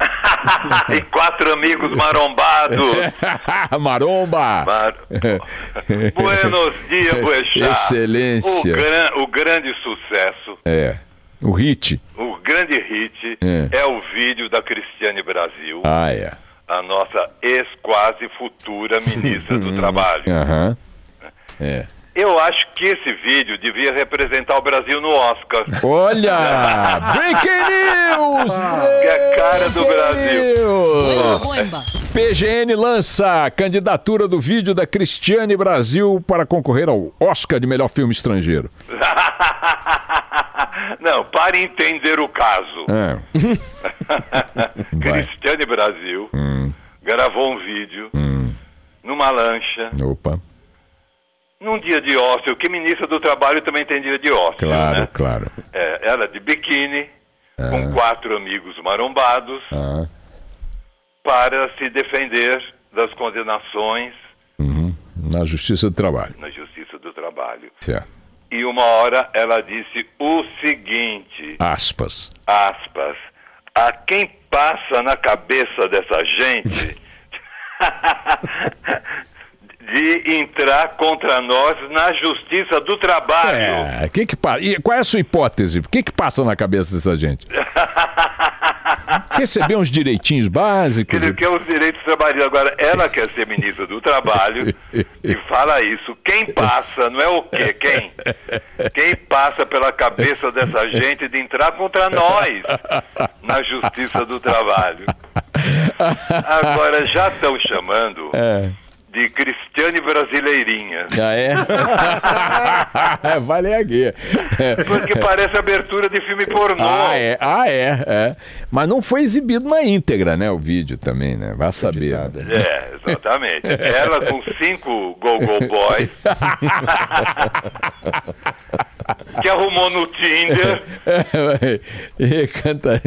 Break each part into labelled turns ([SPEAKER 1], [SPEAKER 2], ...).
[SPEAKER 1] Ah, e quatro amigos marombados.
[SPEAKER 2] Maromba.
[SPEAKER 1] Mar... Buenos dias, Boechat.
[SPEAKER 2] Excelência.
[SPEAKER 1] O, gran- o grande sucesso,
[SPEAKER 2] É. O hit.
[SPEAKER 1] o grande hit
[SPEAKER 2] É.
[SPEAKER 1] é, o vídeo da Cristiane Brasil,
[SPEAKER 2] Ah, é.
[SPEAKER 1] a nossa ex-quase futura ministra
[SPEAKER 2] Hum.
[SPEAKER 1] do Trabalho.
[SPEAKER 2] Aham. É.
[SPEAKER 1] Eu acho que esse vídeo devia representar o Brasil no Oscar.
[SPEAKER 2] Olha! Breaking News!
[SPEAKER 1] Que é a cara do Brasil.
[SPEAKER 2] Brasil!
[SPEAKER 3] Bomba.
[SPEAKER 2] PGN lança a candidatura do vídeo da Cristiane Brasil para concorrer ao Oscar de melhor filme estrangeiro.
[SPEAKER 1] Não, para entender o caso.
[SPEAKER 2] É. Vai. Hum.
[SPEAKER 1] Cristiane Brasil gravou um vídeo numa lancha,
[SPEAKER 2] Opa,
[SPEAKER 1] num dia de ócio, que ministra do Trabalho também tem dia de ócio,
[SPEAKER 2] claro,
[SPEAKER 1] né?
[SPEAKER 2] claro.
[SPEAKER 1] É, ela de biquíni, com quatro amigos marombados,
[SPEAKER 2] Ah,
[SPEAKER 1] para se defender das condenações
[SPEAKER 2] na Justiça do Trabalho.
[SPEAKER 1] na Justiça do Trabalho.
[SPEAKER 2] Certo.
[SPEAKER 1] E uma hora ela disse o seguinte,
[SPEAKER 2] Aspas.
[SPEAKER 1] aspas, a quem passa na cabeça dessa gente de entrar contra nós na Justiça do Trabalho.
[SPEAKER 2] É, que que pa... e qual é a sua hipótese? O que, que passa na cabeça dessa gente? Receber uns direitinhos básicos.
[SPEAKER 1] Ele quer os direitos trabalhistas. Agora, ela quer ser ministra do Trabalho e fala isso. Quem passa, não é o quê? Quem? Quem passa pela cabeça dessa gente de entrar contra nós na Justiça do Trabalho? Agora, já estão chamando
[SPEAKER 2] É.
[SPEAKER 1] de Cristiane Brasileirinha.
[SPEAKER 2] Ah, é? vale a guia. É.
[SPEAKER 1] Porque parece abertura de filme pornô.
[SPEAKER 2] Ah, é, ah é, é. Mas não foi exibido na íntegra, né? O vídeo também, né? Vai saber. né?
[SPEAKER 1] É, exatamente. Ela com cinco Go-Go Boys. que arrumou no Tinder.
[SPEAKER 2] É, E canta.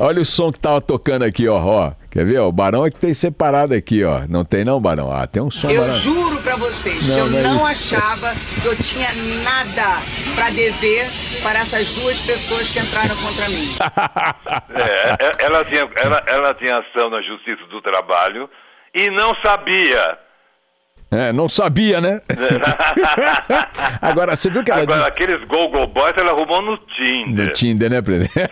[SPEAKER 2] Olha o som que tava tocando aqui, ó. ó. Quer ver? ó? O Barão é que tem separado aqui, ó. Não tem não, Barão? Ah, tem um som.
[SPEAKER 4] Eu
[SPEAKER 2] Barão.
[SPEAKER 4] juro pra vocês
[SPEAKER 2] Não,
[SPEAKER 4] que eu
[SPEAKER 2] não é
[SPEAKER 4] não
[SPEAKER 2] isso.
[SPEAKER 4] achava que eu tinha nada pra dever para essas duas pessoas que entraram contra mim.
[SPEAKER 1] É, é, ela, tinha, ela, ela tinha ação na Justiça do Trabalho e não sabia.
[SPEAKER 2] É, não sabia, né? Agora, você viu que ela
[SPEAKER 1] Agora,
[SPEAKER 2] disse
[SPEAKER 1] aqueles Go-Go Boys ela arrumou no Tinder.
[SPEAKER 2] no Tinder, né, presidente?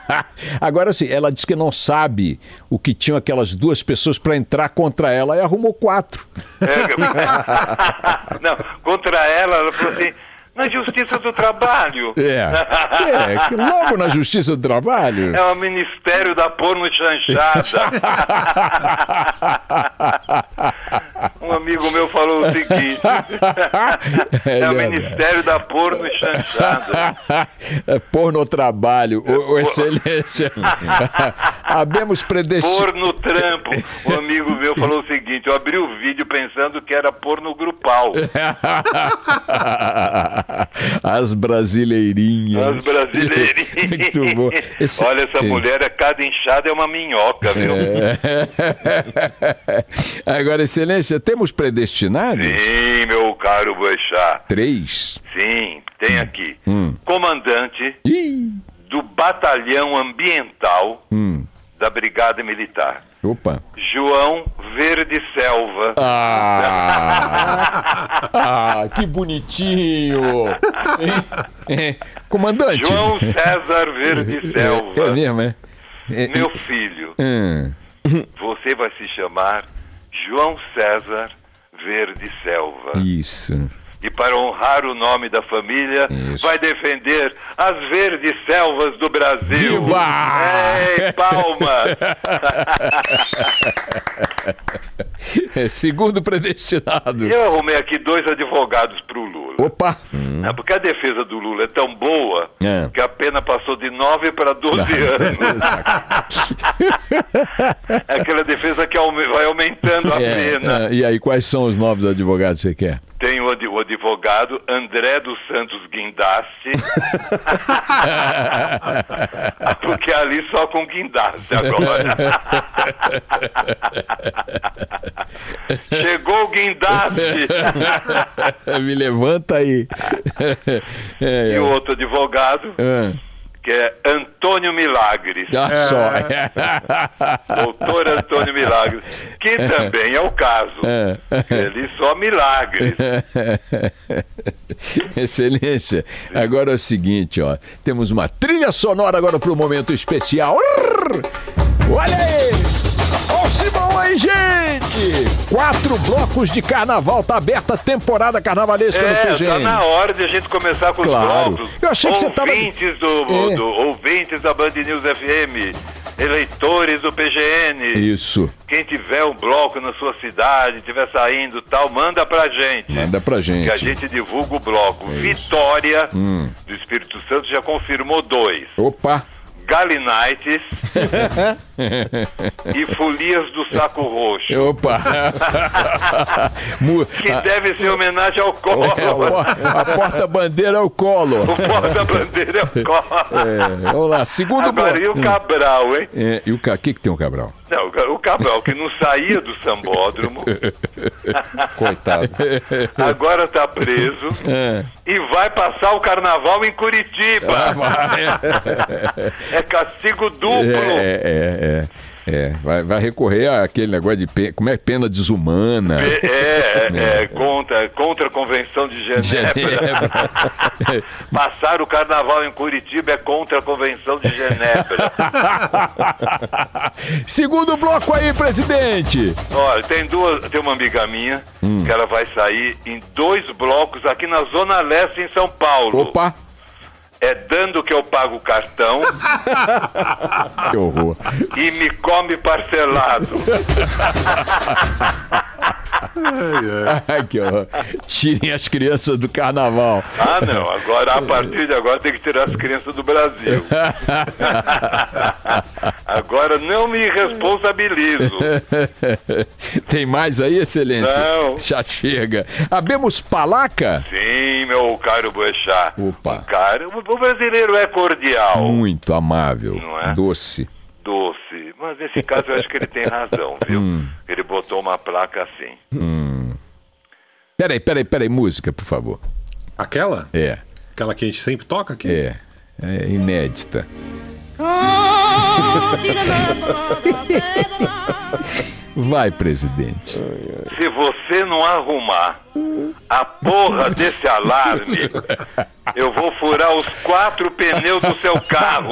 [SPEAKER 2] Agora sim, ela disse que não sabe o que tinham aquelas duas pessoas pra entrar contra ela e arrumou quatro.
[SPEAKER 1] É, não, contra ela, ela falou assim, na Justiça do Trabalho.
[SPEAKER 2] É. é que logo na Justiça do Trabalho.
[SPEAKER 1] É o Ministério da Porno Chanchada. um amigo meu falou o seguinte: é o
[SPEAKER 2] Ele é-
[SPEAKER 1] Ministério da Porno Chanchada. É
[SPEAKER 2] É Porno trabalho, ô, ô, excelência. Habemos predestinados.
[SPEAKER 1] Pôr no trampo. Um amigo meu falou o seguinte: eu abri o vídeo pensando que era porno grupal.
[SPEAKER 2] As brasileirinhas.
[SPEAKER 1] As brasileirinhas.
[SPEAKER 2] Muito bom. Esse-
[SPEAKER 1] Olha, essa mulher, a cada inchada é uma minhoca, viu?
[SPEAKER 2] É. Agora, Excelência, temos predestinados?
[SPEAKER 1] Sim, meu caro Boechat.
[SPEAKER 2] Três.
[SPEAKER 1] Sim, tem aqui.
[SPEAKER 2] Hum.
[SPEAKER 1] Comandante
[SPEAKER 2] Ih,
[SPEAKER 1] do Batalhão Ambiental
[SPEAKER 2] hum,
[SPEAKER 1] da Brigada Militar.
[SPEAKER 2] opa.
[SPEAKER 1] João Verde Selva.
[SPEAKER 2] Ah, ah, que bonitinho. É, é. Comandante.
[SPEAKER 1] João César Verde
[SPEAKER 2] é, é
[SPEAKER 1] Selva.
[SPEAKER 2] mesmo, é? É,
[SPEAKER 1] Meu filho,
[SPEAKER 2] hum.
[SPEAKER 1] você vai se chamar João César Verde Selva.
[SPEAKER 2] Isso.
[SPEAKER 1] E para honrar o nome da família,
[SPEAKER 2] Isso.
[SPEAKER 1] vai defender as verdes selvas do Brasil.
[SPEAKER 2] Viva!
[SPEAKER 1] Ei, palmas!
[SPEAKER 2] É, segundo predestinado.
[SPEAKER 1] Eu arrumei aqui dois advogados para o Lula.
[SPEAKER 2] Opa.
[SPEAKER 1] né, Porque a defesa do Lula é tão boa
[SPEAKER 2] É.
[SPEAKER 1] que a pena passou de 9 para 12 anos. É aquela defesa que aume- vai aumentando a
[SPEAKER 2] É,
[SPEAKER 1] pena.
[SPEAKER 2] é, e aí, quais são os novos advogados que você quer?
[SPEAKER 1] Tem o ad- o advogado André dos Santos Guindaste. Porque ali só com guindaste agora. Chegou o guindaste.
[SPEAKER 2] É. Me levanta aí. É,
[SPEAKER 1] E o outro advogado,
[SPEAKER 2] é.
[SPEAKER 1] que é Antônio Milagres.
[SPEAKER 2] Olha só.
[SPEAKER 1] É. Doutor Antônio Milagres. Que também é o caso. Ele só milagres.
[SPEAKER 2] Excelência, agora é o seguinte, ó. Temos uma trilha sonora agora para o momento especial. Urr! Olha aí! Ó o Simão aí, gente! Quatro blocos de carnaval, tá aberta a temporada carnavalesca
[SPEAKER 1] É,
[SPEAKER 2] do PGN.
[SPEAKER 1] tá na hora de a gente começar com
[SPEAKER 2] Claro.
[SPEAKER 1] os blocos.
[SPEAKER 2] Eu achei que você tava-
[SPEAKER 1] ouvintes do,
[SPEAKER 2] É.
[SPEAKER 1] do- ouvintes da Band News FM, eleitores do PGN.
[SPEAKER 2] Isso,
[SPEAKER 1] Quem tiver um bloco na sua cidade, tiver saindo, tal, manda pra gente.
[SPEAKER 2] manda pra
[SPEAKER 1] Que a
[SPEAKER 2] gente. É Hum.
[SPEAKER 1] gente divulga o bloco. Vitória do Espírito Santo já confirmou dois.
[SPEAKER 2] Opa!
[SPEAKER 1] Galinites e Folias do Saco Roxo.
[SPEAKER 2] Opa! Mu-
[SPEAKER 1] Que deve ser homenagem ao colo.
[SPEAKER 2] É, a por- a porta-bandeira é o colo.
[SPEAKER 1] O porta-bandeira é o colo.
[SPEAKER 2] É, vamos lá, segundo
[SPEAKER 1] Agora, e o
[SPEAKER 2] bloco.
[SPEAKER 1] Cabral, hein?
[SPEAKER 2] É, e o Ca- que, que tem o Cabral?
[SPEAKER 1] Não, o Ca- o Cabral, que não saía do sambódromo,
[SPEAKER 3] Coitado.
[SPEAKER 1] agora tá preso
[SPEAKER 2] É.
[SPEAKER 1] e vai passar o carnaval em Curitiba. É castigo duplo.
[SPEAKER 2] É, é, é. é. Vai, vai recorrer àquele negócio de pena, como é pena desumana.
[SPEAKER 1] É, é, é, contra, contra a Convenção de Genebra.
[SPEAKER 2] Genebra.
[SPEAKER 1] Passar o carnaval em Curitiba é contra a Convenção de Genebra.
[SPEAKER 2] Segundo bloco aí, presidente.
[SPEAKER 1] Olha, tem duas, tem uma amiga minha que ela vai sair em dois blocos aqui na Zona Leste em São Paulo.
[SPEAKER 2] Opa,
[SPEAKER 1] É dando que eu pago o cartão
[SPEAKER 2] que horror.
[SPEAKER 1] e me come parcelado.
[SPEAKER 2] Ai, que horror. Tirem as crianças do carnaval.
[SPEAKER 1] Ah, não. Agora, a partir de agora, tem que tirar as crianças do Brasil. agora não me responsabilizo.
[SPEAKER 2] Tem mais aí, excelência?
[SPEAKER 1] Não.
[SPEAKER 2] Já chega. Abemos palaca?
[SPEAKER 1] Sim, meu caro Boechat.
[SPEAKER 2] Opa.
[SPEAKER 1] O cara, o o brasileiro é cordial,
[SPEAKER 2] Muito amável,
[SPEAKER 1] Não é?
[SPEAKER 2] doce.
[SPEAKER 1] doce. Mas nesse caso eu acho que ele tem razão, viu? Ele botou uma placa assim.
[SPEAKER 2] Peraí, peraí, peraí, música, por favor.
[SPEAKER 3] Aquela?
[SPEAKER 2] É,
[SPEAKER 3] Aquela que a gente sempre toca aqui?
[SPEAKER 2] é. É inédita. Vai, presidente.
[SPEAKER 1] Se você não arrumar a porra desse alarme, eu vou furar os quatro pneus do seu carro.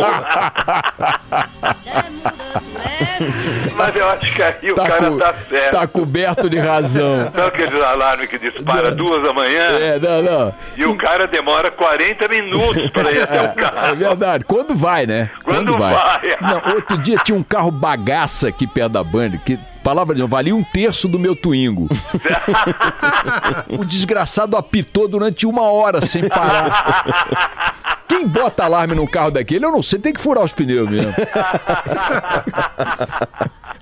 [SPEAKER 1] Mas eu acho que aí o cara
[SPEAKER 2] cu-
[SPEAKER 1] tá certo.
[SPEAKER 2] tá coberto de razão.
[SPEAKER 1] Sabe aquele alarme que dispara duas da manhã
[SPEAKER 2] É, não, não.
[SPEAKER 1] e o cara demora 40 minutos pra ir até o
[SPEAKER 2] É
[SPEAKER 1] carro?
[SPEAKER 2] verdade. Quando vai, né?
[SPEAKER 1] Quando vai.
[SPEAKER 2] Não, outro dia tinha um carro bagaça aqui perto da Band, que, palavra de honra, valia um terço do meu Twingo. o desgraçado apitou durante uma hora sem parar. Quem bota alarme num carro daquele, eu não sei, tem que furar os pneus mesmo.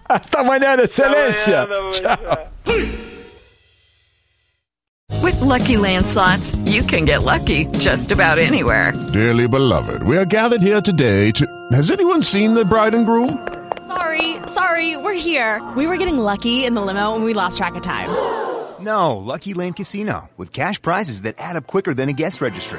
[SPEAKER 2] Hasta amanhã, excelência. Tchau.
[SPEAKER 5] With Lucky Land slots, you can get lucky just about anywhere.
[SPEAKER 6] Dearly beloved, we are gathered here today to. Has anyone seen the bride and groom?
[SPEAKER 7] Sorry, sorry, we're here. We were getting lucky in the limo and we lost track of time.
[SPEAKER 4] No, Lucky Land Casino, with cash prizes that add up quicker than a guest registry.